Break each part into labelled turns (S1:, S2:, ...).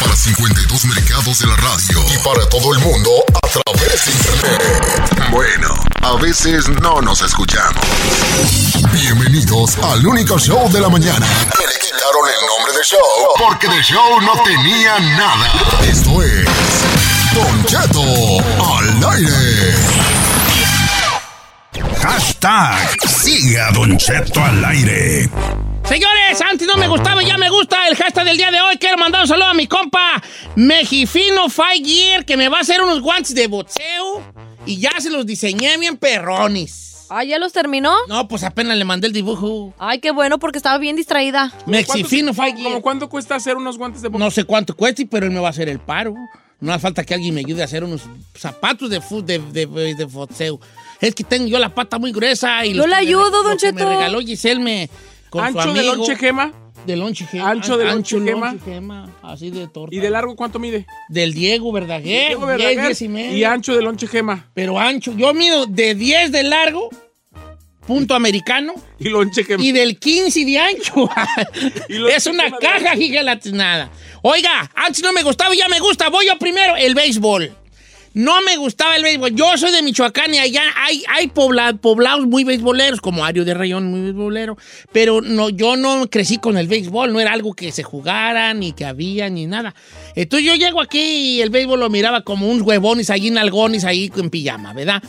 S1: Para 52 mercados de la radio y para todo el mundo a través de internet. Bueno, a veces no nos escuchamos. Bienvenidos al único show de la mañana. Me le quitaron el nombre de show porque de show no tenía nada. Esto es Don Cheto al aire.
S2: Hashtag Siga Don Cheto al aire.
S3: Señores, antes no me gustaba, ya me gusta el hashtag del día de hoy. Quiero mandar un saludo a mi compa Mejifino Five Gear, que me va a hacer unos guantes de boxeo y ya se los diseñé bien perrones.
S4: Ah, ¿ya los terminó?
S3: No, pues apenas le mandé el dibujo.
S4: Ay, qué bueno, porque estaba bien distraída.
S3: Mexifino Five Gear.
S5: ¿Cómo cuánto cuesta hacer unos guantes de boxeo?
S3: No sé cuánto cueste, pero él me va a hacer el paro. No hace falta que alguien me ayude a hacer unos zapatos de, fu- de, de, de- de boxeo. Es que tengo yo la pata muy gruesa y
S4: Yo
S3: los
S4: le
S3: que me
S4: ayudo,
S3: re-
S4: Don
S3: lo que Me
S4: Cheto.
S3: regaló Giselle me, con su
S5: Ancho de
S3: amigo.
S5: lonche gema
S3: De lonche gema.
S5: Ancho de lonche gema.
S3: lonche gema, Así de torta.
S5: y de largo cuánto mide.
S3: Del Diego Verdaguer.
S5: Diego
S3: 10,
S5: Verdaguer,
S3: 10 y medio.
S5: y ancho de lonche gema
S3: Pero ancho. Yo mido de 10 de largo, punto americano,
S5: y lonche gema.
S3: y del 15 de ancho.
S5: Y los
S3: es una
S5: encima de
S3: caja
S5: ancho.
S3: gigalatinada. Oiga, antes no me gustaba, ya me gusta. Voy yo primero, el béisbol. No me gustaba el béisbol. Yo soy de Michoacán y allá hay, hay pobla- poblados muy beisboleros, como Ario de Rayón, muy beisbolero. Pero no, yo no crecí con el béisbol, no era algo que se jugara, ni que había, ni nada. Entonces yo llego aquí y el béisbol lo miraba como un huevones ahí, nalgones ahí en pijama, ¿verdad?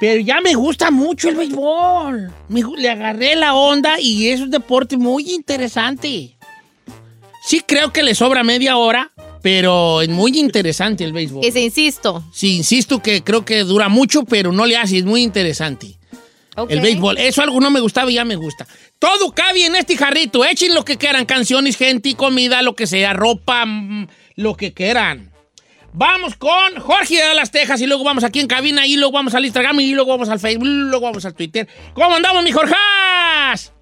S3: Pero ya me gusta mucho el béisbol. Me gu- le agarré la onda y es un deporte muy interesante. Sí creo que le sobra media hora, pero es muy interesante el béisbol.
S4: Que se insisto.
S3: Sí, insisto que creo que dura mucho, pero no le hace, es muy interesante.
S4: Ok.
S3: El béisbol, eso algo no me gustaba y ya me gusta. Todo cabe en este jarrito, echen lo que quieran, canciones, gente, comida, lo que sea, ropa, mm, lo que quieran. Vamos con Jorge de Dallas, Texas, y luego vamos aquí en cabina, y luego vamos al Instagram, y luego vamos al Facebook, y luego vamos al Twitter. ¿Cómo andamos, mi Jorjas?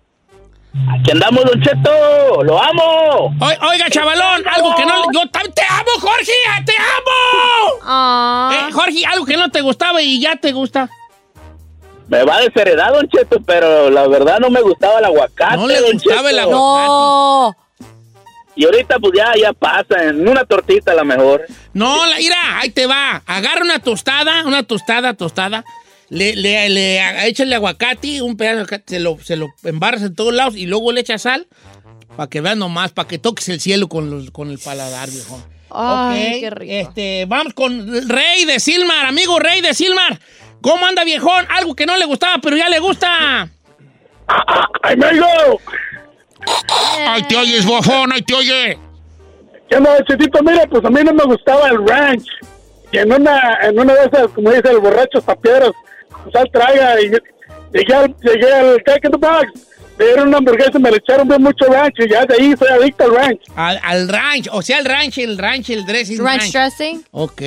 S6: Aquí andamos, Don Cheto. ¡Lo amo!
S3: Oi- Oiga, chavalón, algo que no... Yo tam- te amo, Jorge, te amo.
S4: Ah.
S3: Eh, Jorge, algo que no te gustaba y ya te gusta.
S6: Me va desheredar, Don Cheto, pero la verdad no me gustaba el aguacate.
S3: No le
S6: don
S3: gustaba el
S6: Cheto.
S3: aguacate.
S4: no.
S6: Y ahorita, pues ya, ya pasa. En una tortita, a la mejor.
S3: No, la, mira, ahí te va. Agarra una tostada, una tostada, tostada. Le, le, le a- échale aguacate, un pedazo de aguacate, se lo, se lo embarras en todos lados y luego le echas sal para que veas nomás, para que toques el cielo con, los, con el paladar, viejo.
S4: Ay,
S3: Ok,
S4: qué rico.
S3: Este, vamos con Rey de Silmar, amigo Rey de Silmar. ¿Cómo anda, viejón? Algo que no le gustaba, pero ya le gusta.
S6: ¡Ay, Melo!
S3: Ay, te oyes, bojón, ay, te oye.
S6: ¿Qué onda, Don Chetito? Mira, pues a mí no me gustaba el ranch. Y en una, en una de esas, como dice el borracho tapieros, sal traiga. Y yo- llegué al, llegué al Jack in the Box. Me dieron una hamburguesa, me le echaron bien mucho ranch. Y ya de ahí soy adicto al ranch.
S3: Al, al ranch, o sea, el ranch, el ranch, el dressing.
S4: Ranch dressing.
S3: Ok.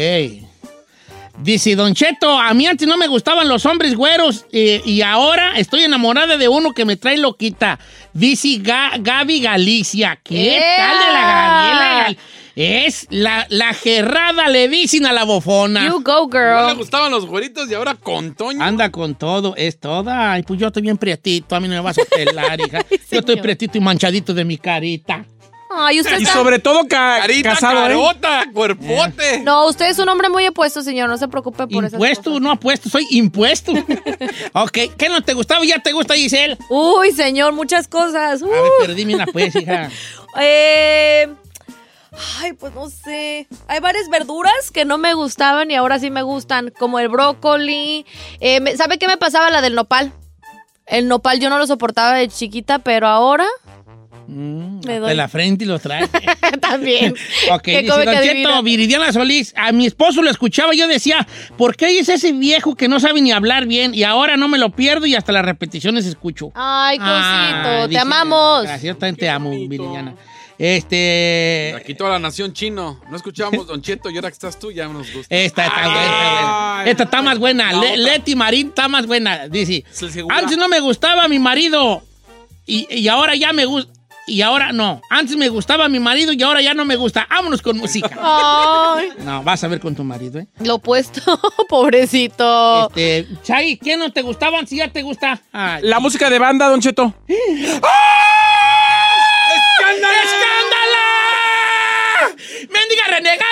S3: Dice Don Cheto, a mí antes no me gustaban los hombres güeros eh, y ahora estoy enamorada de uno que me trae loquita. Dice Ga- Gaby Galicia. ¿Qué
S4: ¡Ea!
S3: tal de la Gabriela? Gal- Es la, la gerrada, le dicen a la bofona.
S4: You go,
S5: No le
S4: girl.
S5: gustaban los güeritos y ahora con Toño.
S3: Anda con todo, es toda. Ay, pues yo estoy bien prietito, a mí no me vas a pelar, hija. Yo estoy
S4: señor.
S3: prietito y manchadito de mi carita.
S4: Ay, usted
S5: Y
S4: está-
S5: sobre todo ca-
S7: Carita,
S5: casado, ¿eh?
S7: carota,
S3: este.
S7: cuerpote.
S4: No, usted es un hombre muy apuesto, señor. No se preocupe por eso.
S3: Impuesto, no apuesto, soy impuesto. ok, ¿qué no te gustaba? Ya te gusta, Giselle.
S4: Uy, señor, muchas cosas.
S3: A ver,
S4: Uh.
S3: pero dime una pues, hija.
S4: Eh, ay, pues no sé. Hay varias verduras que no me gustaban y ahora sí me gustan, como el brócoli. Eh, me- ¿Sabe qué me pasaba? La del nopal. El nopal yo no lo soportaba de chiquita, pero ahora me
S3: Mm, De
S4: doy.
S3: la frente y lo trae.
S4: También.
S3: Ok,
S4: Que
S3: dice
S4: come
S3: Don
S4: que
S3: Cheto,
S4: adivina.
S3: Viridiana Solís, a mi esposo lo escuchaba y yo decía, ¿por qué es ese viejo que no sabe ni hablar bien? Y ahora no me lo pierdo y hasta las repeticiones escucho.
S4: Ay, cosito,
S3: Ah,
S4: te
S3: dice-
S4: amamos.
S3: Gracias, también te amo,
S5: bonito.
S3: Viridiana. Este...
S7: Aquí toda la nación chino. No escuchábamos Don Cheto y ahora que estás tú ya nos gusta.
S3: Esta está buena, está buena. Esta está más buena.
S5: La
S3: Le-
S5: otra.
S3: Leti Marín está más buena. Dice,
S5: Es el segura.
S3: antes no me gustaba mi marido y, y ahora ya me gusta. Y ahora no. Antes me gustaba mi marido y ahora ya no me gusta. Vámonos con música.
S4: Ay,
S3: No, vas a ver con tu marido, ¿eh?
S4: lo opuesto, pobrecito.
S3: Este, Chay, ¿qué no te gustaba? Si ya te gusta. Ay.
S5: La música de banda, Don Cheto.
S3: ¡Escándala! ¡Méndiga renegada!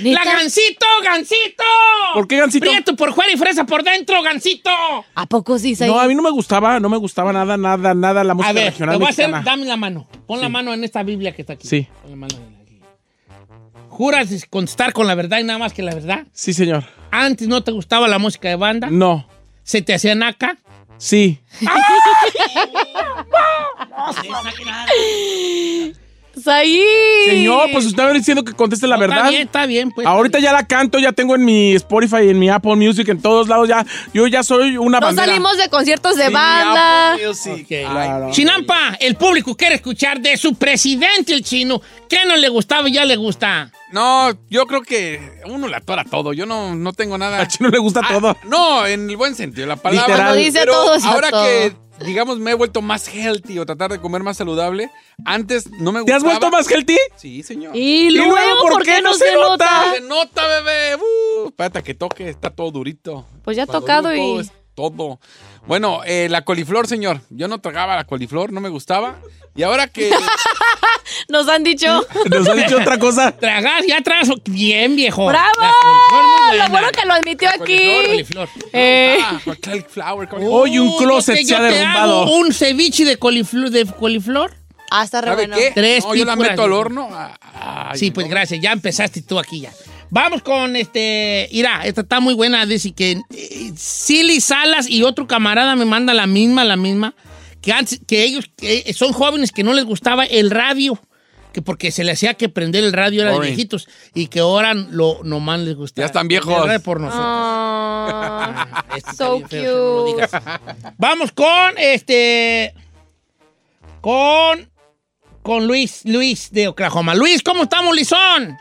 S4: ¿Neta?
S3: ¡La Gancito, Gancito!
S5: ¿Por qué, Gansito?
S3: Prieto por fuera y fresa por dentro, Gancito.
S4: ¿A poco sí, se
S5: No, a mí no me gustaba, no me gustaba nada, nada, nada la música
S3: A ver, te
S5: regional
S3: voy a
S5: mexicana.
S3: hacer, dame la mano. Pon la mano en esta Biblia que está aquí.
S5: Sí.
S3: Pon la mano en la Biblia. Juras contestar con la verdad y nada más que la verdad.
S5: Sí, señor.
S3: Antes no te gustaba la música de banda.
S5: No.
S3: Se te hacía naca.
S5: Sí.
S4: Pues
S5: Señor, pues usted va diciendo que conteste la
S3: No,
S5: verdad.
S3: Está bien, está bien, pues.
S5: Ahorita ya la canto, ya tengo en mi Spotify, en mi Apple Music, en todos lados ya. Yo ya soy una
S4: No
S5: bandera.
S4: salimos de conciertos de banda.
S3: Ok.
S5: Claro.
S3: Chinampa, el público quiere escuchar de su presidente el chino. ¿Qué no le gustaba y ya le gusta?
S7: No, yo creo que uno le atora todo. Yo no, no tengo nada.
S5: A Chino le gusta
S7: Ah,
S5: todo.
S7: No, en el buen sentido, la palabra.
S5: Literal. Cuando
S4: dice
S7: Pero
S4: todo, es
S7: ahora
S4: todo.
S7: que, digamos, me he vuelto más healthy o tratar de comer más saludable, antes no me
S5: ¿Te
S7: gustaba.
S5: has vuelto más healthy?
S7: Sí, señor.
S4: Y luego, ¿por qué no se nota?
S7: Se nota, bebé. Uh, espérate a que toque, está todo durito.
S4: Pues ya ha
S7: Cuando
S4: tocado
S7: digo todo,
S4: y-
S7: es todo. Bueno, eh, la coliflor, señor. Yo no tragaba la coliflor, no me gustaba. Y ahora que.
S4: Nos han dicho.
S5: Nos ha dicho otra cosa.
S3: Tragas, ya tragas. Bien, viejo.
S4: ¡Bravo!
S3: La coliflor muy buena.
S4: Lo bueno que lo admitió
S3: La
S4: aquí.
S3: coliflor.
S4: Eh,
S7: Ah, cauliflower, cauliflower.
S5: Hoy un
S3: Uh,
S5: closet
S7: este,
S3: yo
S5: se ha
S3: te- yo te
S5: derrumbado.
S3: hago un ceviche de coliflor. De coliflor.
S4: hasta Ah, re
S7: ¿Sabe
S4: bueno.
S7: qué?
S3: Tres
S7: no, yo la
S3: píldoras.
S7: meto al horno. Ah, ah,
S3: sí,
S7: y
S3: pues
S7: no.
S3: gracias. Ya empezaste tú aquí ya. Vamos con este. Mira, esta está muy buena. Dice que eh, Silly Salas y otro camarada me manda la misma, la misma. Que antes, que ellos que eh, son jóvenes que no les gustaba el radio. Que porque se le hacía que prender el radio era de
S7: Boring.
S3: viejitos. Y que ahora lo nomás les gusta.
S7: Ya están viejos.
S3: El radio por nosotros.
S4: Ah,
S3: Ah, este está
S4: so
S3: bien feo, no lo
S4: cute.
S3: digas. Vamos con este. Con. Con Luis, Luis de Oklahoma. Luis, ¿cómo estamos, Lizón?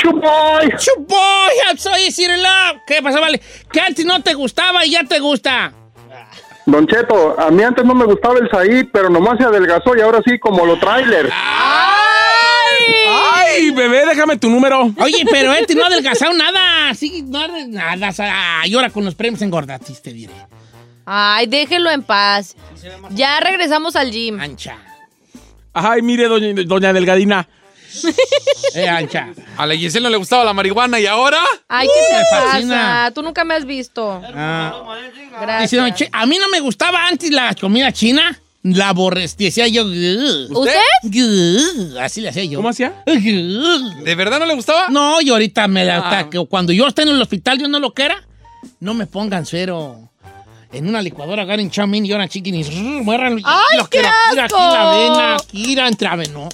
S6: Chupoy.
S3: ¡Chupoy! I'm so easy to love. ¿Qué pasa, vale? Que antes no te gustaba y ya te gusta.
S6: Don Cheto, a mí antes no me gustaba el Said, pero nomás se adelgazó y ahora sí como lo trailer.
S5: Ay, bebé, déjame tu número.
S3: Oye, pero este no ha adelgazado nada. Sí, no ha nada. sa- Ay, ahora con los premios engordatis, te diré.
S4: Ay, déjenlo en paz. Ya regresamos al gym.
S3: Ancha.
S5: Ay, mire, doña, doña Delgadina.
S3: Eh, ancha.
S7: A la Giselle no le gustaba la marihuana y ahora.
S4: Ay, ¿qué
S3: me
S4: te
S3: fascina.
S4: pasa? Tú nunca me has visto.
S3: Dice, don Che,
S4: Gracias.
S3: a mí no me gustaba antes la comida china. La aborrecía. Decía yo. "Ugh".
S4: ¿Usted?
S3: Ugh, Así le hacía yo.
S5: ¿Cómo hacía?
S3: Ugh.
S7: ¿De verdad no le gustaba?
S3: No, y ahorita me la
S7: Ah.
S3: ataque. Cuando yo esté en el hospital, yo no lo quiera, no me pongan suero. En una licuadora agarren chamín y ahora chicken y rrr, muérranlo.
S4: ¡Ay,
S3: Lo
S4: qué
S3: quiero. Mira, Aquí la
S4: asco!
S3: vena, aquí la intraveno-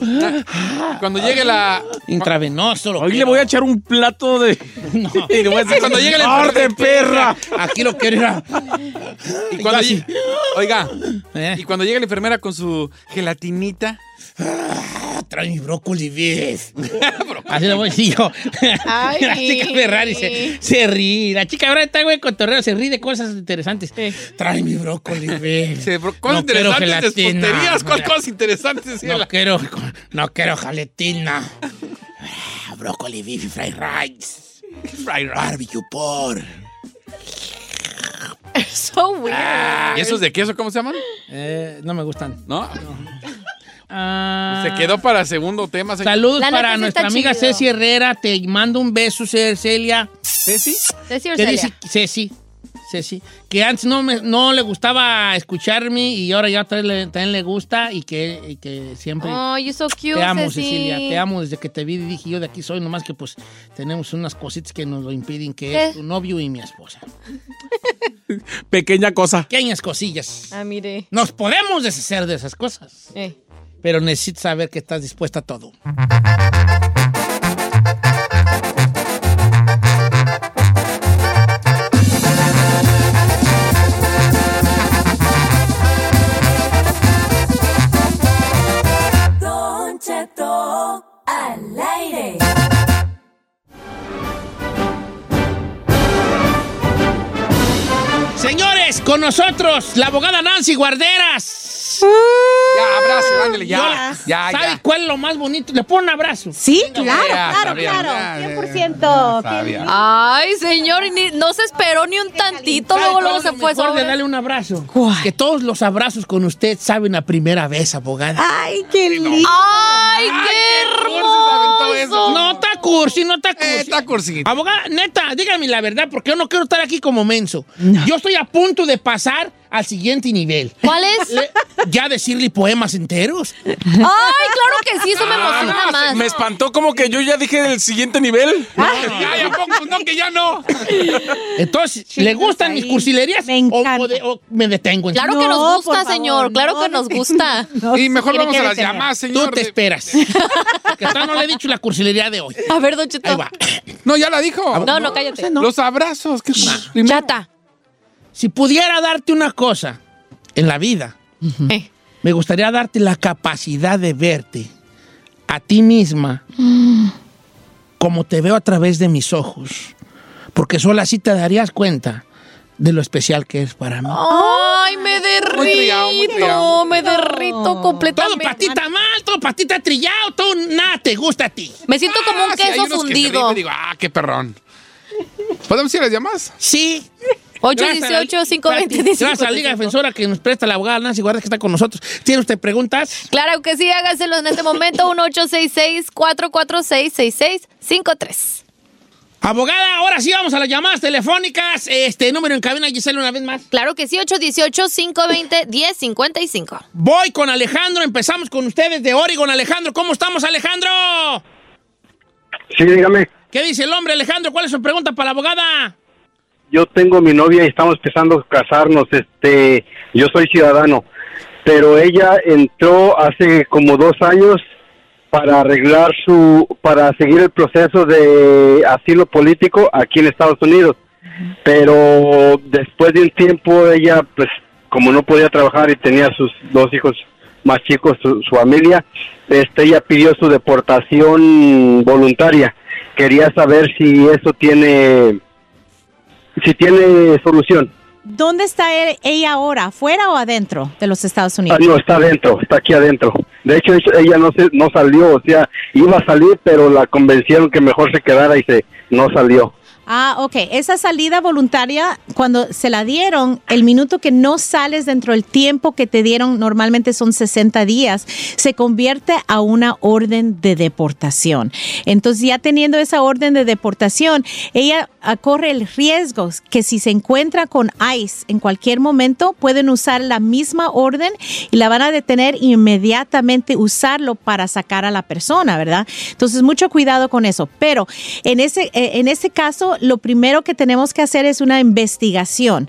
S7: Ah, Cuando llegue la.
S3: intravenoso. lo
S5: Hoy le
S3: quiero.
S5: voy a echar un plato de.
S3: No.
S5: Y le voy a decir,
S7: Cuando llegue la
S5: ¡Arte, perra!
S3: Aquí lo quiero. mira.
S7: Y cuando
S3: Yo
S7: lle- Oiga,
S3: Eh.
S7: y cuando llega la enfermera con su gelatinita.
S3: Ah, Trae mi brócoli, ves. Así lo voy a decir yo.
S4: Ay.
S3: La chica Ferrari se, se ríe. La chica Ferrari está güey cotorreo, se ríe de cosas interesantes. Trae mi brócoli, ves.
S7: Se, cosas
S3: No quiero
S7: interesantes,
S3: gelatina.
S7: tonterías, cosas interesantes. sí,
S3: No
S7: la-
S3: quiero, no quiero jaletina. brócoli, beef, fried rice. Fried rice. Barbecue por.
S4: so weird.
S8: Ah,
S7: ¿Y esos de queso cómo se llaman?
S3: Eh, no me gustan.
S7: ¿No?
S3: Ah.
S7: Se quedó para segundo tema. señor.
S3: Saludos
S4: La neta
S3: para
S4: sí
S3: nuestra
S4: está
S3: amiga
S4: chido.
S3: Ceci Herrera. Te mando un beso, Ce- Celia.
S7: ¿Ceci?
S4: Ceci
S3: ¿Qué
S4: Orcelia.
S3: dice Ceci? Ceci. Que antes no, me- no le gustaba escucharme y ahora ya también le, también le gusta y que, y que siempre...
S4: Oh, you're so cute,
S3: Te amo,
S4: Ceci.
S3: Cecilia, te amo desde que te vi y dije yo de aquí soy, nomás que pues tenemos unas cositas que nos lo impiden, que
S4: ¿Qué?
S3: es tu novio y mi esposa.
S5: Pequeña cosa.
S3: Pequeñas cosillas.
S4: Ah, mire.
S3: Nos podemos deshacer de esas cosas,
S4: Eh.
S3: pero necesito saber que estás dispuesta a todo. Señores, con nosotros la abogada Nancy Guarderas.
S7: Ya, abrazo, ándale,
S3: Yo
S7: ya.
S3: la-
S7: Ya,
S3: ¿Sabe
S7: ya.
S3: cuál es lo más bonito? Le pongo un abrazo.
S9: Sí,
S7: Ya,
S9: claro,
S7: sabía,
S9: claro,
S7: ya,
S9: claro.
S7: ya.
S9: 100%.
S7: Sabía.
S4: Ay, señor, y ni- no se esperó ni un tantito.
S3: ¿Sabe
S4: Luego,
S3: cuál
S4: luego
S3: es
S4: se
S3: lo
S4: fue
S3: mejor de
S4: sobre.
S3: darle un abrazo.
S9: ¿Cuál?
S3: Que todos los abrazos con usted saben a primera vez, abogada.
S9: Ay, qué lindo.
S4: ¡Ay, qué
S7: cursi se aventó eso.
S4: hermoso!
S3: No está cursi, no está cursi.
S7: Eh, Está cursito.
S3: Abogada, neta, dígame la verdad, porque yo no quiero estar aquí como menso. Yo estoy a punto de pasar al siguiente nivel.
S4: ¿Cuál es?
S3: Le- ya decirle poemas enteros.
S4: ¡Ay, claro que sí! Eso me
S7: Ah,
S4: emociona
S7: no,
S4: más.
S5: Me espantó como que yo ya dije el siguiente nivel.
S10: Ah.
S7: Ya, ya poco, no, que ya no.
S3: Entonces,
S9: Chicos,
S3: ¿le gustan mis
S9: ahí.
S3: cursilerías?
S9: Me
S3: O-
S9: encanta.
S3: o de- o me detengo. en-
S4: Claro que
S9: No,
S4: nos
S9: por
S4: gusta,
S9: favor,
S4: señor. Claro
S9: no,
S4: que nos gusta.
S9: No,
S7: Y
S9: sí
S7: mejor
S9: tiene
S7: vamos
S9: que
S7: a las
S9: detener.
S7: llamadas, señor.
S3: Tú te
S7: de-
S3: esperas. que todavía no le he dicho la cursilería de hoy.
S4: A ver, Don Cheto.
S3: Ahí va. Ah,
S7: No, ya la dijo.
S4: No, no, cállate.
S7: Los abrazos. ¿qué es?
S4: Chata.
S3: Si pudiera darte una cosa en la vida,
S4: Eh.
S3: me gustaría darte la capacidad de verte a ti misma
S8: Mm.
S3: como te veo a través de mis ojos, porque solo así te darías cuenta de lo especial que es para mí.
S4: Oh. ¡Ay, me
S7: trillado, muy
S4: derrito!
S7: trillado.
S4: Me derrito
S3: todo
S4: completamente.
S3: patita mal, todo patita trillado, todo nada te gusta a ti.
S4: Me siento como un
S7: Ah, sí, hay
S4: queso
S7: unos que te digo,
S4: fundido.
S7: digo, ah, qué perrón. ¿Podemos ir a las llamadas?
S3: Sí. Gracias a la-
S4: 818-520-1555.
S3: Gracias a la Liga Defensora que nos presta la abogada Nancy Guarda que está con nosotros. ¿Tiene usted preguntas?
S4: Claro que sí, hágaselo en este momento. 1866-446-6653.
S3: Abogada, ahora sí vamos a las llamadas telefónicas. Este número en cabina, Gisela, una vez más.
S4: Claro que sí, 818-520-1055.
S3: Voy con Alejandro, empezamos con ustedes de Oregon. Alejandro, ¿cómo estamos, Alejandro?
S6: Sí, dígame.
S3: ¿Qué dice el hombre, Alejandro? ¿Cuál es su pregunta para la abogada?
S6: Yo tengo mi novia y estamos empezando a casarnos. Este, yo soy ciudadano, pero ella entró hace como dos años para arreglar su, para seguir el proceso de asilo político aquí en Estados Unidos. Pero después de un tiempo ella, pues, como no podía trabajar y tenía sus dos hijos más chicos, su, su familia, este, ella pidió su deportación voluntaria. Quería saber si eso tiene si tiene solución.
S9: ¿Dónde está él- ella ahora? ¿Fuera o adentro de los Estados
S6: Ah,
S9: Unidos?
S6: no, está adentro, está aquí adentro. De hecho, es- ella no se, no salió, o sea, iba a salir, pero la convencieron que mejor se quedara y se no salió.
S9: Ah, ok. Esa salida voluntaria, cuando se la dieron, el minuto que no sales dentro del tiempo que te dieron, normalmente son 60 días, se convierte a una orden de deportación. Entonces, ya teniendo esa orden de deportación, ella ah, corre el riesgo que si se encuentra con ICE en cualquier momento, pueden usar la misma orden y la van a detener e inmediatamente usarlo para sacar a la persona, ¿verdad? Entonces, mucho cuidado con eso. Pero en ese, eh, en ese caso, lo primero que tenemos que hacer es una investigación.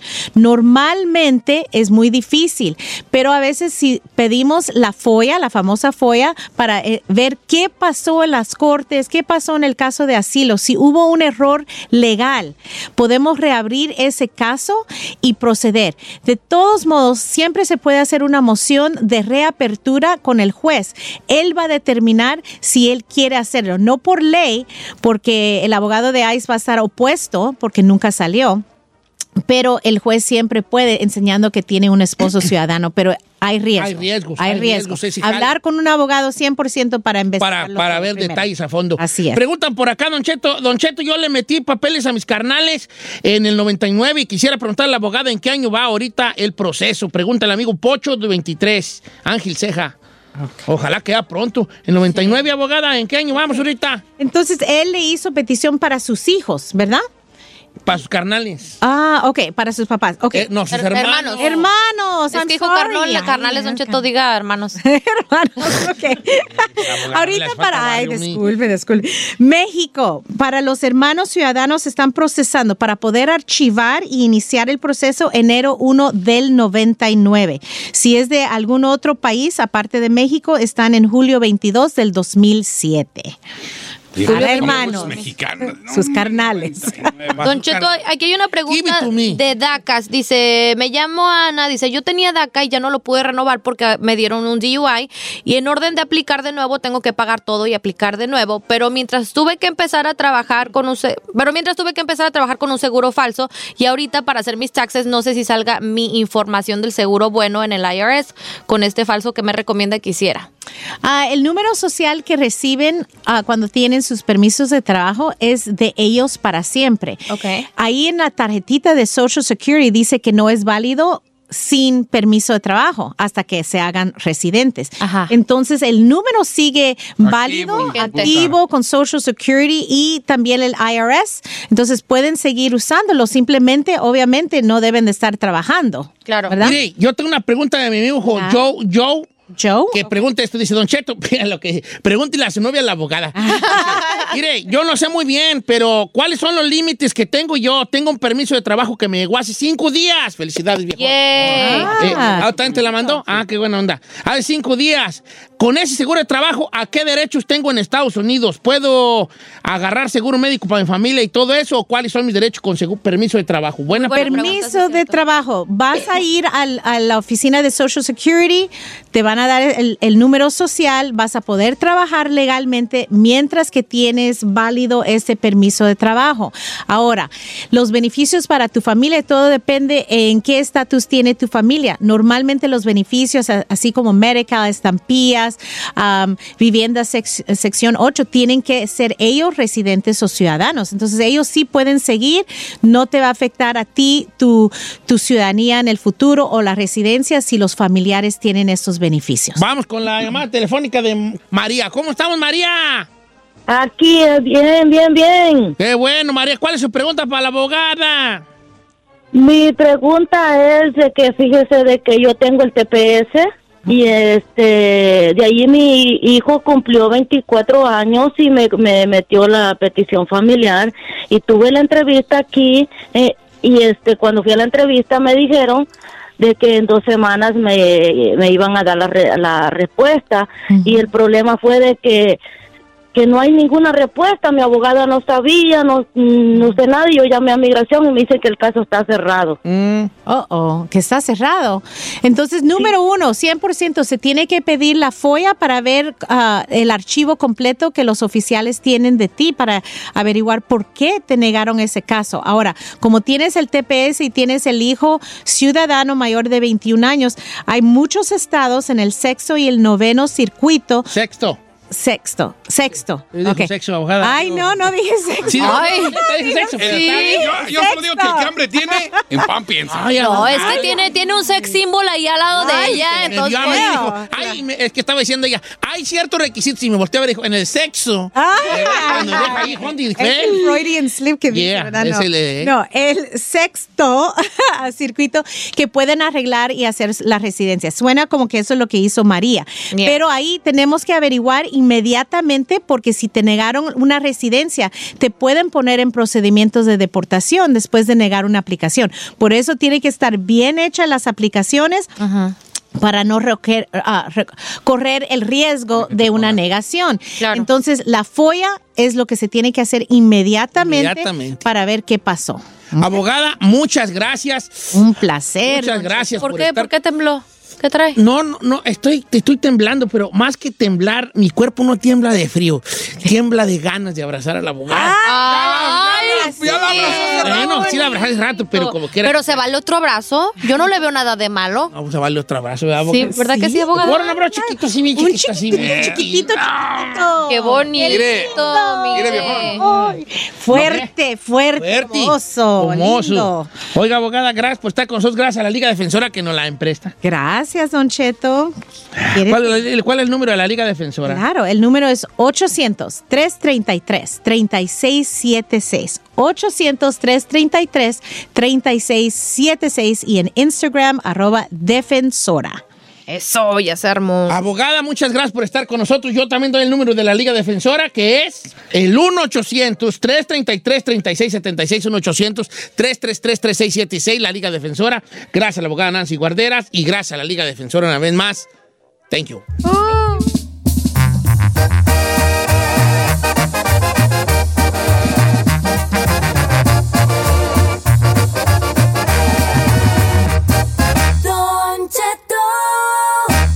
S9: Normalmente es muy difícil, pero a veces si pedimos la FOIA, la famosa FOIA, para eh, ver qué pasó en las cortes, qué pasó en el caso de asilo, si hubo un error legal, podemos reabrir ese caso y proceder. De todos modos, siempre se puede hacer una moción de reapertura con el juez. Él va a determinar si él quiere hacerlo, no por ley, porque el abogado de ICE va a estar opuesto, porque nunca salió Pero el juez siempre puede, enseñando que tiene un esposo ciudadano, pero hay riesgo.
S3: Hay riesgos,
S9: Hay
S3: hay
S9: riesgo.
S3: riesgos, es hija.
S9: Hablar con un abogado 100% para investigar.
S3: Para, para ver detalles a fondo.
S9: Así es.
S3: Preguntan por acá, Don Cheto. Don Cheto, yo le metí papeles a mis carnales en el 99 y quisiera preguntarle a la abogada en qué año va ahorita el proceso. Pregunta el amigo Pocho de 23, Ángel Ceja. Ojalá que ya pronto. En 99, abogada, ¿en qué año vamos ahorita?
S9: Entonces, él le hizo petición para sus hijos, ¿verdad?
S3: Para sus carnales.
S9: Ah, ok, para sus papás. ok.
S3: Eh, no, sus Her- hermanos.
S9: Hermanos.
S4: Es
S9: I'm
S4: que dijo
S9: sorry.
S4: carnal, la
S9: Ay,
S4: carnal es Don Cheto, diga hermanos.
S9: hermanos, ok. Ahorita para. Ay, disculpe, disculpe. México, para los hermanos ciudadanos están procesando para poder archivar y iniciar el proceso enero 1 del 99. Si es de algún otro país, aparte de México, están en julio 22 del 2007. Para hermanos,
S2: mexicanos.
S9: sus carnales.
S4: Don Cheto, aquí hay una pregunta de DACAS. Dice, me llamo Ana, dice, yo tenía DACA y ya no lo pude renovar porque me dieron un DUI y en orden de aplicar de nuevo tengo que pagar todo y aplicar de nuevo, pero mientras tuve que empezar a trabajar con un se- pero mientras tuve que empezar a trabajar con un seguro falso y ahorita para hacer mis taxes no sé si salga mi información del seguro bueno en el IRS con este falso que me recomienda que hiciera.
S9: Ah, el número social que reciben ah, cuando tienen sus permisos de trabajo es de ellos para siempre. Ahí en la tarjetita de Social Security dice que no es válido sin permiso de trabajo hasta que se hagan residentes. Entonces el número sigue válido,
S4: vigente.
S9: activo con Social Security y también el IRS. Entonces pueden seguir usándolo, simplemente obviamente no deben de estar trabajando.
S4: Claro.
S9: ¿Verdad?
S3: Mire, yo tengo una pregunta de mi amigo Jo-
S9: Ah.
S3: Joe. Joe.
S9: Joe.
S3: Que pregunta esto, dice Don Cheto, mira lo que pregúntele a su novia la abogada.
S9: Ah.
S3: Mire, yo no sé muy bien, pero ¿cuáles son los límites que tengo yo? Tengo un permiso de trabajo que me llegó hace cinco días. Felicidades, viejo. Eh, ¿a otra gente la mandó? Ah, qué buena onda. Hace cinco días. Con ese seguro de trabajo, ¿a qué derechos tengo en Estados Unidos? ¿Puedo agarrar seguro médico para mi familia y todo eso? ¿O cuáles son mis derechos con segu- permiso de trabajo? Buena
S9: permiso de trabajo. Vas a ir al- a la oficina de Social Security, te van a dar el, el número social, vas a poder trabajar legalmente mientras que tienes válido ese permiso de trabajo. Ahora, los beneficios para tu familia, todo depende en qué estatus tiene tu familia. Normalmente los beneficios, a- así como Medical, estampillas, am, vivienda sex- sección 8, tienen que ser ellos residentes o ciudadanos. Entonces ellos sí pueden seguir, no te va a afectar a ti, tu, tu ciudadanía en el futuro o la residencia si los familiares tienen estos beneficios.
S3: Vamos con la llamada telefónica de María. ¿Cómo estamos, María?
S11: Aquí, eh, bien, bien, bien.
S3: Qué bueno, María. ¿Cuál es su pregunta para la abogada?
S11: Mi pregunta es de que fíjese de que yo tengo el TPS y este de ahí mi hijo cumplió 24 años y me, me metió la petición familiar y tuve la entrevista aquí eh, y este cuando fui a la entrevista me dijeron de que en dos semanas me, me iban a dar la, re- la respuesta y el problema fue de que que no hay ninguna respuesta, mi abogada no sabía, no, mm, no sé nada, y yo llamé a migración y me dicen que el caso está cerrado.
S9: Oh, oh, que está cerrado. Entonces, número uno, 100% se tiene que pedir la FOIA para ver ah, el archivo completo que los oficiales tienen de ti para averiguar por qué te negaron ese caso. Ahora, como tienes el TPS y tienes el hijo ciudadano mayor de 21 años, hay muchos estados en el sexto y el noveno circuito.
S3: Sexto.
S9: Sexto, sexto.
S3: Dijo
S9: ok.
S3: sexo, abogada.
S9: Ay, no, no dije sexo.
S3: Sí, no,
S9: Ay,
S3: no, no, dije sexo.
S9: digo-
S3: Sí,
S7: yo yo solo digo que el que hambre tiene, en pan piensa.
S4: No, es que tiene, tiene un sex símbolo ahí al lado de ella,
S3: se me
S4: entonces
S3: dio a mí,
S4: pues,
S3: dijo, ay, me- es que estaba diciendo ella, hay ciertos requisitos y me volteé a ver, dijo, en el sexo.
S4: Ah.
S3: Eh, cuando deja ahí, Juan, dije,
S9: Es el Freudian slip que dice,
S3: Yeah,
S9: ¿verdad?
S3: es
S9: No.
S3: el, eh.
S9: No, el sexto circuito que pueden arreglar y hacer la residencia. Suena como que eso es lo que hizo María. Pero ahí tenemos que averiguar inmediatamente porque si te negaron una residencia, te pueden poner en procedimientos de deportación después de negar una aplicación. Por eso tiene que estar bien hechas las aplicaciones para no roquer- ah, re- correr el riesgo de una negación. Entonces, la FOIA es lo que se tiene que hacer inmediatamente,
S3: Inmediatamente.
S9: para ver qué pasó.
S3: Abogada, muchas gracias.
S9: Un placer.
S3: Muchas gracias.
S4: ¿Por qué? ¿Por qué tembló? ¿Qué trae?
S3: No, no, no, estoy, te estoy temblando, pero más que temblar, mi cuerpo no tiembla de frío, tiembla de ganas de abrazar a la abogada.
S4: Ay,
S7: ya la abrazaste
S3: Bueno, sí la abrazaste rato, pero como quiera.
S4: Ah, Pero se vale otro abrazo. Yo no le veo nada de malo.
S3: Vamos a darle otro abrazo, ¿verdad?
S4: Sí, ¿verdad que sí, abogado?
S3: Bueno, un abrazo chiquito, sí, bien chiquito, así. bien
S9: chiquitito, chiquitito.
S4: Qué bonito,
S7: Mire,
S4: Miguel.
S9: Ay, Fuerte, fuerte,
S3: Fuerte.
S9: hermoso,
S3: Hermoso.
S9: lindo.
S3: Oiga, abogada, gracias por estar con nosotros. Gracias a la Liga Defensora que nos la empresta.
S9: Gracias, Don Cheto. ¿Quieres-
S3: ¿Cuál, es el- cuál es el número de la Liga Defensora?
S9: Claro, el número es 800-333-3676. 800-333-3676 y en Instagram, arroba defensora.
S4: Eso, ya se armó.
S3: Abogada, muchas gracias por estar con nosotros. Yo también doy el número de la Liga Defensora, que es el 1-800-333-3676, 1-800-333-3676, la Liga Defensora. Gracias a la abogada Nancy Guarderas y gracias a la Liga Defensora una vez más. Thank you.
S12: Don Cheto.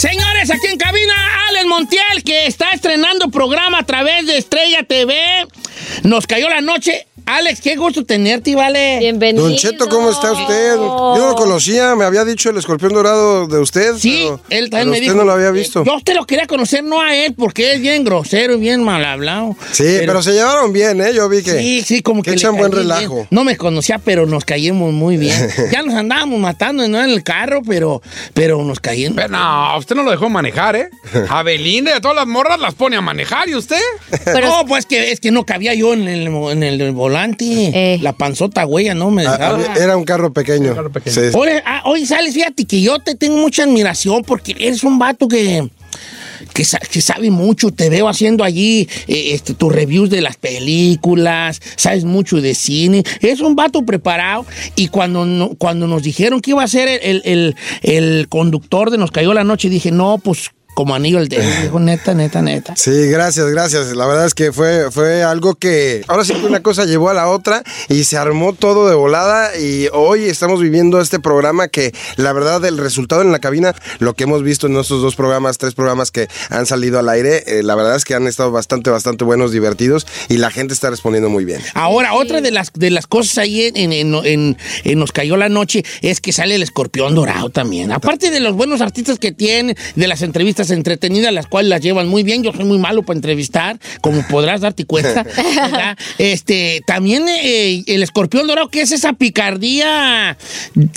S3: Señores, aquí en cabina, Allen Montiel, que está estrenando programa a través de Estrella TV. Nos cayó la noche. Alex, qué gusto tenerte, vale.
S4: Bienvenido.
S10: Don Cheto, ¿cómo está usted? Yo no lo conocía, me había dicho el escorpión dorado de usted. Sí,
S3: Él también me
S10: usted
S3: dijo,
S10: no lo había visto.
S3: eh, Yo a usted lo quería conocer, no a él, porque es bien grosero y bien mal hablado.
S10: sí, pero, se llevaron bien, ¿eh? Yo vi que.
S3: Sí, sí, como que. le
S10: echan buen
S3: caí bien.
S10: relajo.
S3: No me conocía, pero nos caímos muy bien. ya nos andábamos matando, ¿no? En el carro, pero, pero nos caímos.
S7: no, usted no lo dejó manejar, ¿eh? A Belinda y a todas las morras las pone a manejar, ¿y usted?
S3: no, pues que es que no cabía yo en el, en el volante. La panzota huella, no me
S10: A- a
S3: dejaba.
S10: mí- Ah, era un carro pequeño. Sí.
S3: Hoy, ah, hoy sales, fíjate que yo te tengo mucha admiración porque eres un vato que, que, sa- que sabe mucho. Te veo haciendo allí eh, este, tus reviews de las películas, sabes mucho de cine. Es un vato preparado y cuando, no- cuando nos dijeron que iba a ser el, el- el- el conductor de Nos Cayó la Noche, dije, no, pues como anillo el dedo. Dijo, neta, neta, neta.
S10: Sí, gracias, gracias. La verdad es que fue, fue algo que ahora sí que una cosa llevó a la otra y se armó todo de volada y hoy estamos viviendo este programa que la verdad el resultado en la cabina, lo que hemos visto en nuestros dos programas, tres programas que han salido al aire, eh, la verdad es que han estado bastante, bastante buenos, divertidos y la gente está respondiendo muy bien.
S3: Ahora, otra de las, de las cosas ahí en, en- en- en Nos Cayó la Noche es que sale el escorpión dorado también. Aparte de los buenos artistas que tiene, de las entrevistas entretenidas, las cuales las llevan muy bien. Yo soy muy malo para entrevistar, como podrás darte cuenta. ¿verdad? este, también eh, el escorpión dorado, que es esa picardía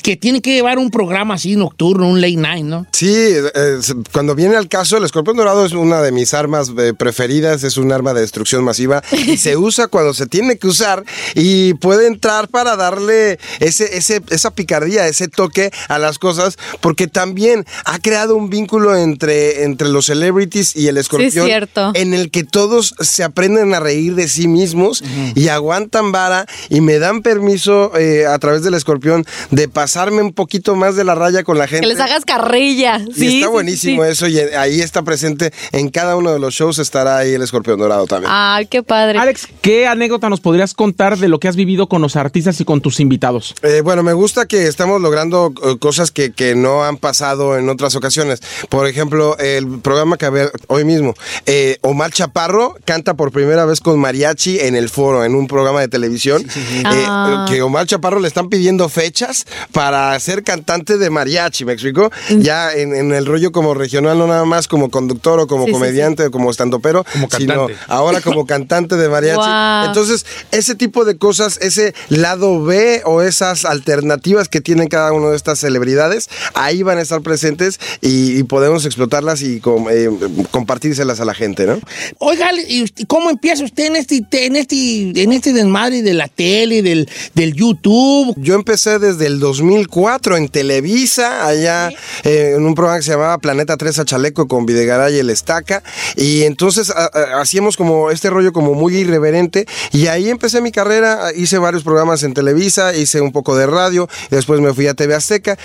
S3: que tiene que llevar un programa así nocturno, un late night, ¿no?
S10: Sí, eh, s- cuando viene al caso, el escorpión dorado es una de mis armas eh, preferidas, es un arma de destrucción masiva y se usa cuando se tiene que usar y puede entrar para darle ese, ese, esa picardía, ese toque a las cosas, porque también ha creado un vínculo entre, entre los celebrities y el escorpión
S4: cierto.
S10: en el que todos se aprenden a reír de sí mismos y aguantan vara y me dan permiso eh, a través del escorpión de pasarme un poquito más de la raya con la gente.
S4: Que les hagas carrilla.
S10: Y está buenísimo eso y eh, ahí está presente en cada uno de los shows estará ahí el escorpión dorado también.
S4: Ay, qué padre.
S5: Alex, ¿qué anécdota nos podrías contar de lo que has vivido con los artistas y con tus invitados?
S10: Eh, bueno, me gusta que estamos logrando eh, cosas que, que no han pasado en otras ocasiones. Por ejemplo, el programa que había hoy mismo, eh, Omar Chaparro canta por primera vez con mariachi en el foro, en un programa de televisión, eh,
S13: Ah.
S10: que Omar Chaparro le están pidiendo fechas para ser cantante de mariachi, ¿me explico?
S13: Mm.
S10: Ya en, en el rollo como regional, no nada más como conductor o como
S13: Sí, sí,
S10: comediante o como estandopero, sino
S13: cantante.
S10: ahora como cantante de mariachi.
S13: Guau.
S10: Entonces, entonces, ese tipo de cosas, ese lado B o esas alternativas que tienen cada una de estas celebridades, ahí van a estar presentes y, y podemos explotarlas y com- eh, compartírselas a la gente, ¿no?
S3: Oiga, ¿y usted- cómo empieza usted en este, en este, en este desmadre de la tele, del, del YouTube?
S10: Yo empecé desde el 2004 en Televisa, allá eh, en un programa que se llamaba Planeta 3 a Chaleco con Videgaray y el Estaca. Y entonces a- a- hacíamos como este rollo como muy irreverente. Y ahí empecé mi carrera, hice varios programas en Televisa, hice un poco de radio, después me fui a TV Azteca.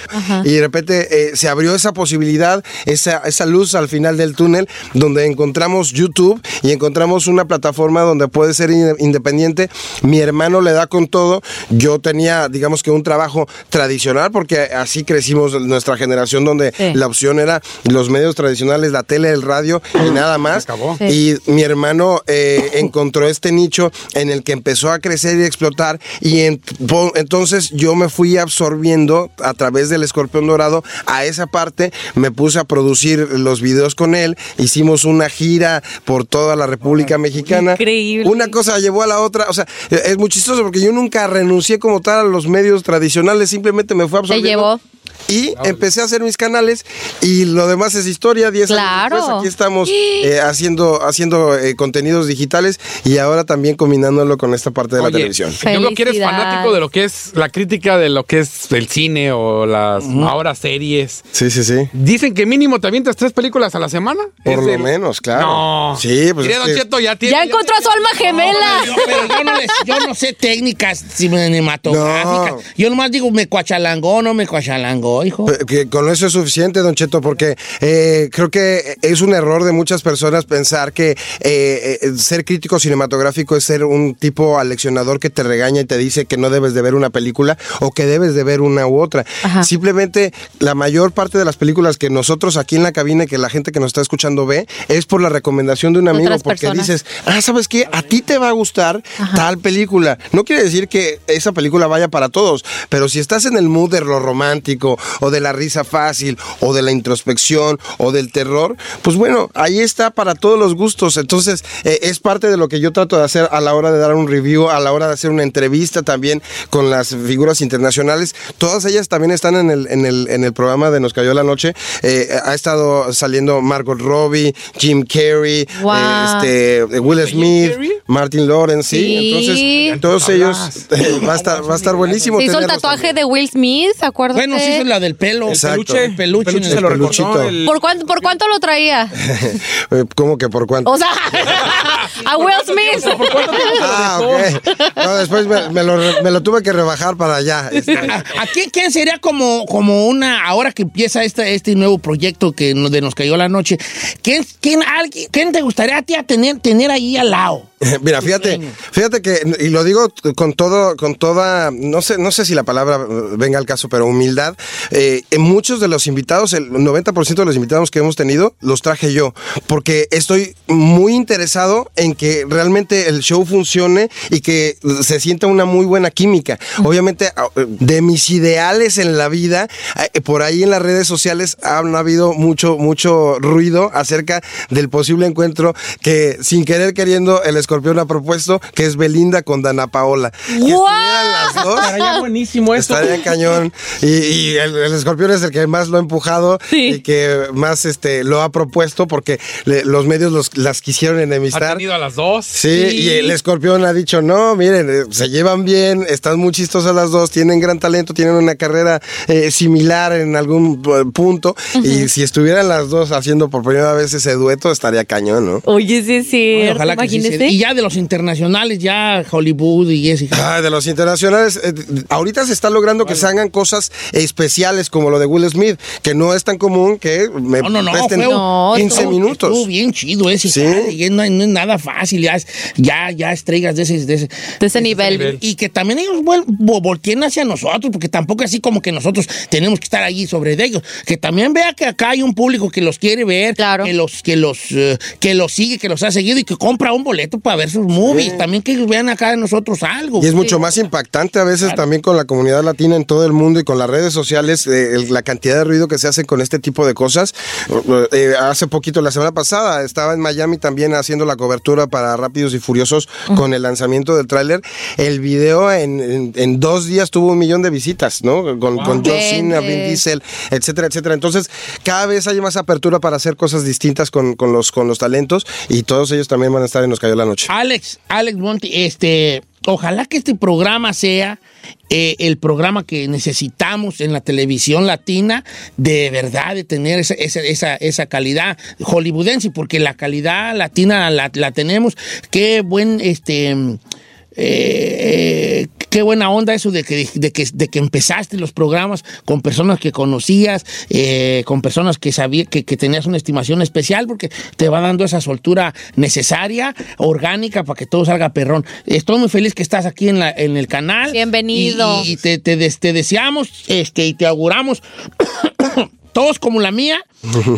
S10: Y de repente eh, se abrió esa posibilidad, esa, esa luz luz al final del túnel donde encontramos YouTube y encontramos una plataforma donde puedes ser in- independiente. Mi hermano le da con todo. Yo tenía, digamos que un trabajo tradicional porque así crecimos nuestra generación donde
S12: Sí.
S10: la opción era los medios tradicionales, la tele, el radio y nada más.
S12: acabó.
S10: Y mi hermano eh, encontró este nicho en el que empezó a crecer y explotar y en- po- entonces yo me fui absorbiendo a través del escorpión dorado a esa parte, me puse a producir los videos con él, hicimos una gira por toda la República Mexicana.
S12: Increíble.
S10: Una cosa llevó a la otra, o sea, eh, es muy chistoso porque yo nunca renuncié como tal a los medios tradicionales, simplemente me fue absorbiendo.
S4: llevó.
S10: Y empecé a hacer mis canales y lo demás es historia. 10 años
S4: Claro.
S10: después, pues, aquí estamos eh, haciendo, haciendo eh, contenidos digitales y ahora también combinándolo con esta parte de la televisión.
S7: Yo creo que eres
S4: Felicidad.
S7: fanático de lo que es la crítica de lo que es el cine o las ahora series.
S10: Sí, sí, sí.
S7: Dicen que mínimo te avientas tres películas a la semana.
S10: Por
S7: Es
S10: lo
S7: el-
S10: menos, claro.
S7: No.
S10: Sí, pues.
S7: Mire,
S10: es
S7: don
S10: que-
S7: Cheto, ya tiene.
S4: Ya encontró a su alma gemela.
S3: No, pero yo no, les- yo no sé técnicas cinematográficas. Yo nomás digo, me cuachalangó, no me cuachalangó, hijo.
S10: Pe- que con eso es suficiente, Don Cheto, porque eh, creo que es un error de muchas personas pensar que eh, eh, ser crítico cinematográfico es ser un tipo aleccionador que te regaña y te dice que no debes de ver una película o que debes de ver una u otra. Simplemente la mayor parte de las películas que nosotros aquí en la cabina y que la gente que nos está escuchando ve es por la recomendación de un amigo,
S12: otras
S10: porque
S12: personas.
S10: dices, ah, ¿sabes qué? A ti te va a gustar tal película. No quiere decir que esa película vaya para todos, pero si estás en el mood de lo romántico o de la risa fácil o de la introspección o del terror, pues bueno, ahí está para todos los gustos. Entonces, eh, es parte de lo que yo trato de hacer a la hora de dar un review, a la hora de hacer una entrevista también con las figuras internacionales. Todas ellas también están en el, en el, en el programa de Nos Cayó la Noche. Eh, ha estado saliendo Margot Robbie, Jim Carrey,
S12: Wow.
S10: eh, este, Will Smith, Martin Lawrence, sí.
S4: Sí.
S10: Entonces, todos ellos eh, va a estar, va a estar buenísimo.
S4: Se hizo el
S10: tenerlos.
S4: tatuaje de Will Smith, ¿se acuerdan?
S3: Bueno, sí, eso es la del pelo.
S10: Exacto.
S3: El peluche.
S10: El
S3: se lo
S10: peluchito.
S4: ¿Por cuánto, ¿Por cuánto lo traía?
S10: Eh, ¿Cómo que por cuánto?
S4: O sea, a Will Smith.
S10: Ah, ok. No, después me, me lo, re- me lo tuve que rebajar para allá.
S3: Aquí, ¿quién sería como, como una, ahora que empieza este, este nuevo proyecto que nos, de nos cayó la noche, ¿quién, quién, alguien- quién te gustaría a ti a tener, tener ahí al lado?
S10: Mira, fíjate, fíjate que, y lo digo con todo, con toda, no sé, no sé si la palabra eh, venga al caso, pero humildad. eh, en muchos de los invitados, el 90% de los invitados que hemos tenido, los traje yo, porque estoy muy interesado en que realmente el show funcione y que se sienta una muy buena química. Obviamente, a- de mis ideales en la vida, eh, por ahí en las redes sociales han habido mucho, mucho ruido acerca del posible encuentro que, sin querer queriendo, el escorpión ha propuesto, que es Belinda con Dana Paola. las dos.
S5: Estaría buenísimo esto.
S10: Estaría cañón. Y, y el, el escorpión es el que más lo ha empujado y que más este lo ha propuesto porque le- los medios los- las quisieron
S7: Ha
S10: enemistar.
S7: tenido a las dos.
S10: Sí, y el escorpión ha dicho, no, miren, eh, se llevan bien, están muy chistosas las dos, tienen gran talento, tienen una carrera eh, similar en algún eh, punto, y si estuvieran las dos haciendo por primera vez ese dueto, estaría cañón, ¿no?
S4: Oye, sí, sí.
S3: Ay, ojalá que sí se dé. Y ya de los internacionales, ya Hollywood y Jessica.
S10: Ah, de los internacionales, eh, ahorita se está logrando que se hagan cosas especiales como lo de Will Smith, que no es tan común que me
S3: No, no, no,
S10: presten
S3: fue un-
S10: 15
S3: estuvo-
S10: minutos.
S3: Estuvo bien chido ese. Y es- no, es- no es nada fácil. Ya, es- ya, ya estrellas de ese, de ese,
S4: nivel. nivel.
S3: Y que también ellos vuel- vo- volteen hacia nosotros, porque tampoco así como que nosotros tenemos que estar allí sobre de ellos. Que también vea que acá hay un público que los quiere ver, que los, que los, eh, que los sigue, que los ha seguido y que compra un boleto para ver sus movies. También que ellos vean acá de nosotros algo.
S10: Y es mucho más impactante a veces también con la comunidad latina en todo el mundo y con las redes sociales, eh, el- la cantidad de ruido que se hace con este tipo de cosas. Eh, eh, hace poquito, la semana pasada, estaba en Miami también haciendo la cobertura para Rápidos y Furiosos con el lanzamiento del tráiler. El video en, en- en dos días tuvo un millón de visitas, ¿no? Con, con John Cena, Vin
S12: Vende.
S10: Diesel, etcétera, etcétera. Entonces, cada vez hay más apertura para hacer cosas distintas con, con los, con los talentos y todos ellos también van a estar en Nos Cayó la
S3: Ah.
S10: Noche.
S3: Alex, Alex Monti, este, ojalá que este programa sea eh, el programa que necesitamos en la televisión latina, de verdad, de tener esa, esa- esa- esa calidad hollywoodense, porque la calidad latina la, la tenemos. Qué buen, este, mm, eh, eh, Qué buena onda eso de que, de que, de que empezaste los programas con personas que conocías, eh, con personas que sabía que, que tenías una estimación especial, porque te va dando esa soltura necesaria, orgánica, para que todo salga perrón. Estoy muy feliz que estás aquí en, la, en el canal.
S4: Bienvenido.
S3: Y, y te, te des- te deseamos este, y te auguramos. Todos como la mía.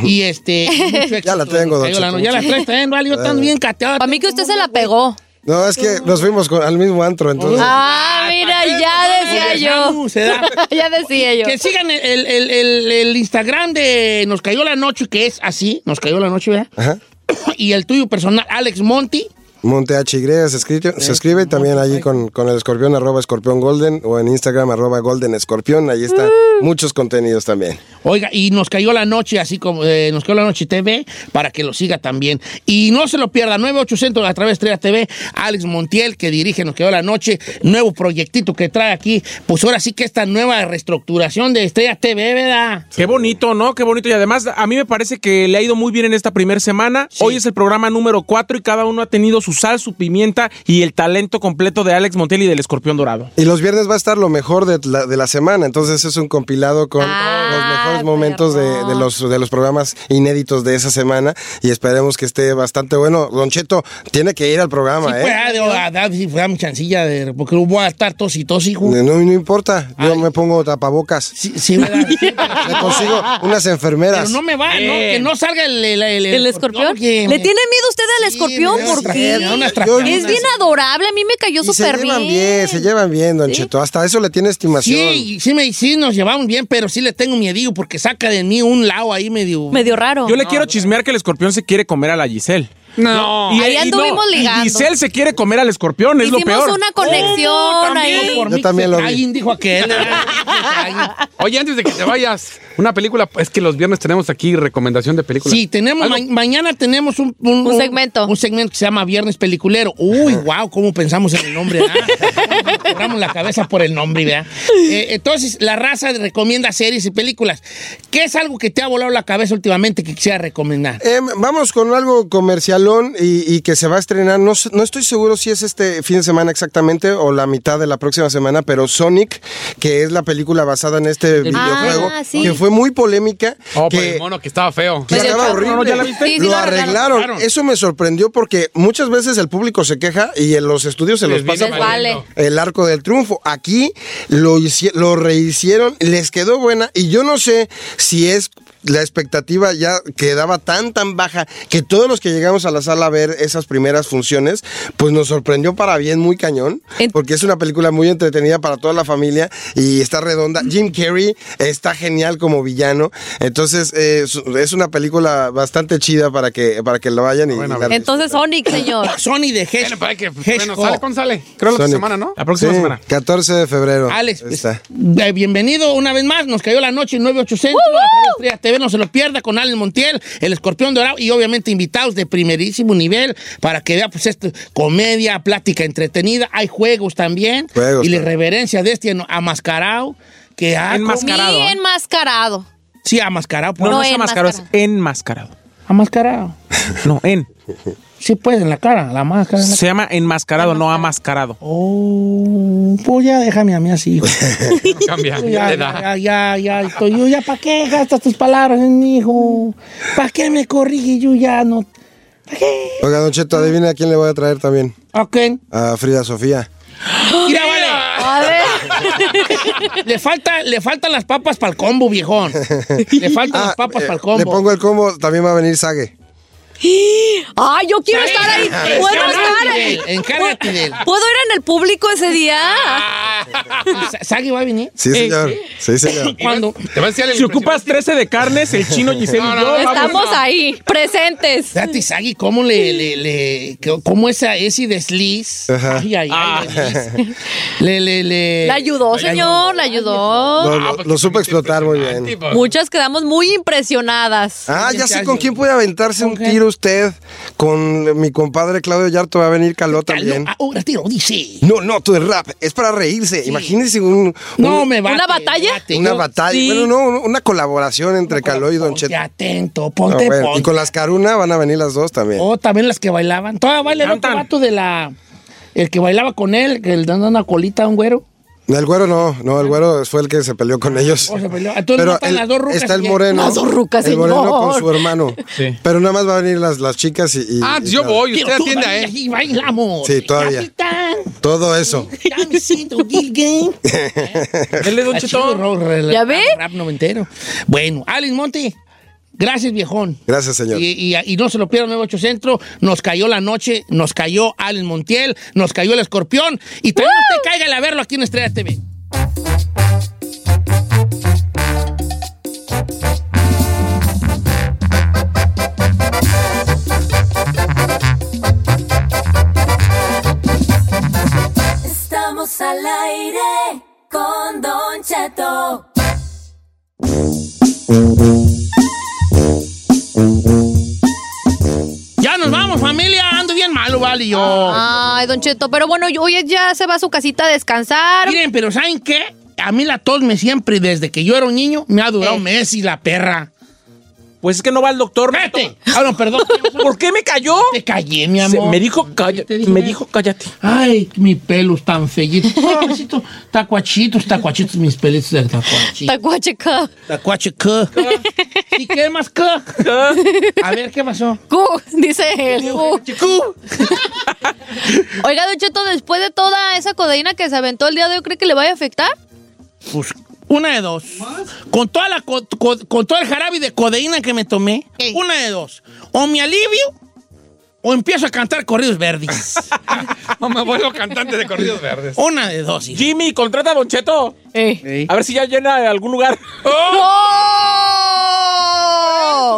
S3: Y este. ya la
S10: tengo, don Cheto, Eh.
S3: Ya la
S10: mucho.
S3: traes también, vale. Yo también cateado.
S4: Para mí que usted se la pegó.
S10: No, es que nos fuimos con- al mismo antro, entonces.
S4: Ah, mira, ya decía yo.
S3: ah, Se da.
S4: Ya decía yo.
S3: Que sigan el, el- el- el- el Instagram de Nos Cayó la Noche, que es así, Nos Cayó la Noche, ¿verdad? Y el tuyo personal, Alex Monti.
S10: Monte H Y se escribe, se escribe también allí con, con el escorpión arroba escorpión golden o en Instagram arroba golden escorpión. Ahí está muchos contenidos también.
S3: Oiga, y Nos Cayó la Noche, así como eh, Nos Cayó la Noche TV, para que lo siga también. Y no se lo pierda, 9800 a través de Estrella TV, Alex Montiel, que dirige Nos Cayó la Noche, nuevo proyectito que trae aquí. Pues ahora sí que esta nueva reestructuración de Estrella TV, ¿verdad?
S5: Qué bonito, ¿no? Qué bonito. Y además, a mí me parece que le ha ido muy bien en esta primera semana. Hoy es el programa número 4 y cada uno ha tenido su sal, su pimienta y el talento completo de Alex Montiel y del Escorpión Dorado.
S10: Y los viernes va a estar lo mejor de la, de la semana, entonces es un compilado con los mejores momentos de, de los, de los programas inéditos de esa semana y esperemos que esté bastante bueno. Don Cheto, tiene que ir al programa,
S3: Sí,
S10: ¿eh?
S3: pues, ah, digo, ah, da- si fuera mi chancilla de. Porque voy a estar tos y tos, hijo.
S10: No, no importa, yo me pongo tapabocas. Sí,
S3: sí, ¿verdad?
S10: Le consigo unas enfermeras.
S3: Pero no me va, ¿no? Que no salga el, el,
S4: ¿El escorpión? ¿Le tiene miedo usted al escorpión?
S3: me da
S4: ¿Por
S3: unas
S4: qué?
S3: trajeadas, unas trajeadas.
S4: Es bien adorable, a mí me cayó
S10: Y se
S4: súper
S10: llevan
S4: bien.
S10: bien, se llevan bien, Don Cheto. Hasta eso le tiene estimación.
S3: Sí, sí, me, sí, nos llevamos bien, pero sí le tengo miedillo porque saca de mí un lado ahí medio.
S4: Medio raro.
S5: Yo le quiero chismear que el escorpión se quiere comer a la Giselle.
S3: No.
S4: Ahí anduvimos ligando.
S5: Y Giselle se quiere comer al escorpión, es lo
S4: Hicimos
S5: peor.
S10: Oh,
S4: una conexión ahí.
S3: Alguien dijo aquel. ¿eh?
S7: Oye, antes de que te vayas, una película, es que los viernes tenemos aquí recomendación de películas.
S3: Sí, tenemos,
S7: Algo-
S3: ma- mañana tenemos un, segmento. Un, segmento que se llama Viernes Peliculero. Uy, wow, cómo pensamos en el nombre, ¿verdad? Cobramos la cabeza por el nombre, ¿verdad? Eh, entonces, la raza recomienda series y películas. ¿Qué es algo que te ha volado la cabeza últimamente que quisiera recomendar?
S10: Em, vamos con algo comercialón y, y que se va a estrenar. No, sé- no estoy seguro si es este fin de semana exactamente o la mitad de la próxima semana, pero Sonic, que es la película basada en este videojuego,
S7: Ah, sí.
S10: que fue muy polémica.
S7: Oh,
S10: que-
S7: por el mono que estaba feo.
S3: Pues
S10: que estaba horrible. lo arreglaron. Eso me sorprendió porque muchas veces el público se queja y en los estudios se
S7: Les
S10: los pasa
S7: viene
S10: por
S7: valiendo.
S10: el arco del triunfo. Aquí lo, hici- lo rehicieron, les quedó buena y yo no sé si es la expectativa ya quedaba tan tan baja que todos los que llegamos a la sala a ver esas primeras funciones pues nos sorprendió para bien muy cañón porque es una película muy entretenida para toda la familia y está redonda Jim Carrey está genial como villano entonces eh, es- es una película bastante chida para que para que lo vayan y, y la-
S4: Entonces, Sonic, señor.
S3: Sonic de Hedgehog.
S7: Bueno, sale, ¿cuándo sale?
S3: Creo la otra
S10: Sonic.
S3: semana, ¿no?
S5: La próxima
S10: Sí,
S5: semana.
S10: 14 de febrero.
S3: Alex,
S10: Está.
S3: Eh, bienvenido una vez más. Nos cayó la noche 9800. a través de Estrella TV, no se lo pierda con Alan Montiel, el escorpión dorado y obviamente invitados de primerísimo nivel para que vea pues esto, comedia, plática entretenida. Hay juegos también.
S10: Juegos
S3: y la irreverencia de este amascarado. Que ha
S4: Muy
S10: ¿eh?
S4: enmascarado.
S3: Sí, amascarado.
S5: No, no,
S4: ¿eh? No,
S5: es enmascarado, es enmascarado.
S3: Amascarado.
S5: No, en.
S3: Sí, pues, en la cara, la máscara.
S5: Se llama enmascarado, no amascarado.
S3: Oh, pues ya déjame a mí así. hijo.
S5: Cambia.
S3: Yo Ya, ya, ya, ya, estoy. Yo ya, ¿para qué gastas tus palabras en mi hijo? ¿Para qué me corrige? Yo ya no.
S10: Oiga, Don Cheto, adivina a quién le voy a traer también.
S3: ¿A quién?
S10: A Frida Sofía.
S3: Mira, vale. le, falta, le faltan las papas para el combo, viejón. Le faltan las papas
S10: Eh,
S3: para el
S10: Le
S3: combo.
S10: pongo el combo, también va a venir Sage.
S4: Ay, yo quiero
S3: Sí,
S4: estar ahí.
S3: sí,
S4: Puedo
S3: sí,
S4: estar
S3: sí,
S4: ahí.
S3: sí, Encárgate de él. Ah.
S4: ¿Puedo ir en el público ese día?
S3: Sa- ¿Sagui va a venir?
S10: Sí, señor. Sí, señor.
S3: ¿Cuándo?
S7: Te va a enseñar el
S5: Eh, Si ocupas 13 de carnes, el chino Giselle y yo, vamos.
S4: Estamos ahí, presentes.
S3: Fíjate, Sagui, ¿cómo le, le, le- cómo esa ese desliz? Ay, ay, ay, desliz. Le, le, le.
S4: La ayudó, señor, la
S3: Ah,
S10: Lo,
S4: ayudó.
S10: lo- lo supo explotar muy bien.
S4: Muchas quedamos muy impresionadas.
S10: Ah, ya sé con quién puede aventarse un tiro usted. Con mi compadre Claudio Yarto va a venir Caló también.
S3: Ahora tiro, dice.
S10: No, no, tú es rap. Es para reírse. Imagínese un, un-
S3: No, me va.
S10: Una batalla. Bueno, no, un- una colaboración entre Caló y Don Cheto.
S3: atento,
S10: Ah,
S3: ponte,
S10: bueno, Y
S3: ponte.
S10: con las Caruna van a venir las dos también.
S3: Oh, también las que bailaban. Todavía baila el otro vato de la. El que bailaba con él, que le dan una colita a un güero.
S10: El güero no, no, el güero fue el que se peleó con ellos.
S3: O Oh, se peleó. Entonces no están
S10: el-
S3: las dos rucas
S10: está el
S3: y-
S10: moreno.
S3: Las dos rucas,
S10: El moreno
S3: señor.
S10: con su hermano. Pero nada más van a venir las, las chicas y.
S3: Ah,
S10: y-
S3: pues
S10: y nada.
S3: Pero tú bailas Y bailamos.
S10: Sí, todavía.
S3: Capitán,
S10: Todo eso.
S3: ya me siento Gilgan. Él es
S10: Don Chetón.
S3: ¿Ya ve? Rap noventero. Bueno, Alex Monte, gracias, viejón.
S10: Gracias, señor.
S3: Y, y- y no se lo pierdan, 98 Centro. Nos cayó la noche, nos cayó Alex Montiel, nos cayó el escorpión. Y también usted cáigale a verlo aquí en Estrella TV.
S12: Estamos al aire con Don Cheto.
S3: Ya nos vamos, familia. Ando bien
S4: Mm.
S3: malo, vale yo.
S4: Ay, Don Cheto, pero bueno, yo- hoy ya se va a su casita a descansar.
S3: Miren, pero ¿saben qué? A mí la tos me siempre, desde que yo era un niño, me ha durado Messi, la perra.
S5: Eh. Pues es que no va el doctor.
S3: ¡Vete! Ah, no, perdón.
S5: ¿Por qué me cayó?
S3: Te callé, mi
S5: Se-
S3: amor.
S5: me dijo, calla- me dijo cállate.
S3: eh. Ay, mi pelo es tan fellito. Pobrecito, tacuachitos, tacuachitos, mis pelitos de tacuachito.
S4: Tacuacheca.
S3: Tacuacheca. ¿Y qué más cu? A ver, ¿qué pasó?
S4: Cu, dice él. Cu. Oiga, Don Cheto, después de toda esa codeína que se aventó el día de hoy, ¿cree que le vaya a afectar?
S3: Pues una de dos. Con, toda la, co- co- con todo el jarabe de codeína que me tomé, una de dos. O me alivio o empiezo a cantar corridos verdes.
S7: No me vuelvo cantante de corridos verdes.
S3: una de dos. hijo.
S5: Jimmy, contrata a Don Cheto.
S4: Eh.
S5: A ver si ya llena algún lugar.
S4: ¡No!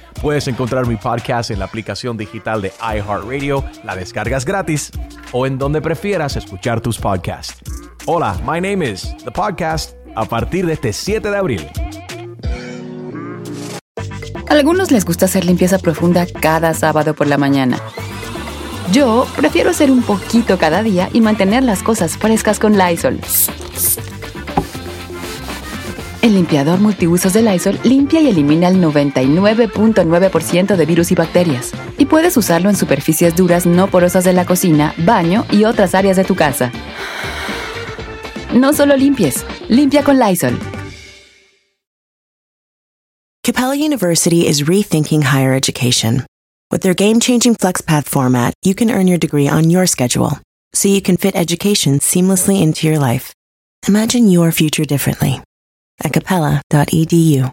S14: Puedes encontrar mi podcast en la aplicación digital de iHeartRadio, la descargas gratis o en donde prefieras escuchar tus podcasts. Hola, my name is The Podcast a partir de este 7 de abril.
S15: Algunos les gusta hacer limpieza profunda cada sábado por la mañana. Yo prefiero hacer un poquito cada día y mantener las cosas frescas con Lysol. El limpiador multiusos de Lysol limpia y elimina el 99.9% de virus y bacterias. Y puedes usarlo en superficies duras no porosas de la cocina, baño y otras áreas de tu casa. No solo limpies, limpia con Lysol.
S16: Capella University is rethinking higher education. With their game changing FlexPath format, you can earn your degree on your schedule so you can fit education seamlessly into your life. Imagine your future differently at capella.edu.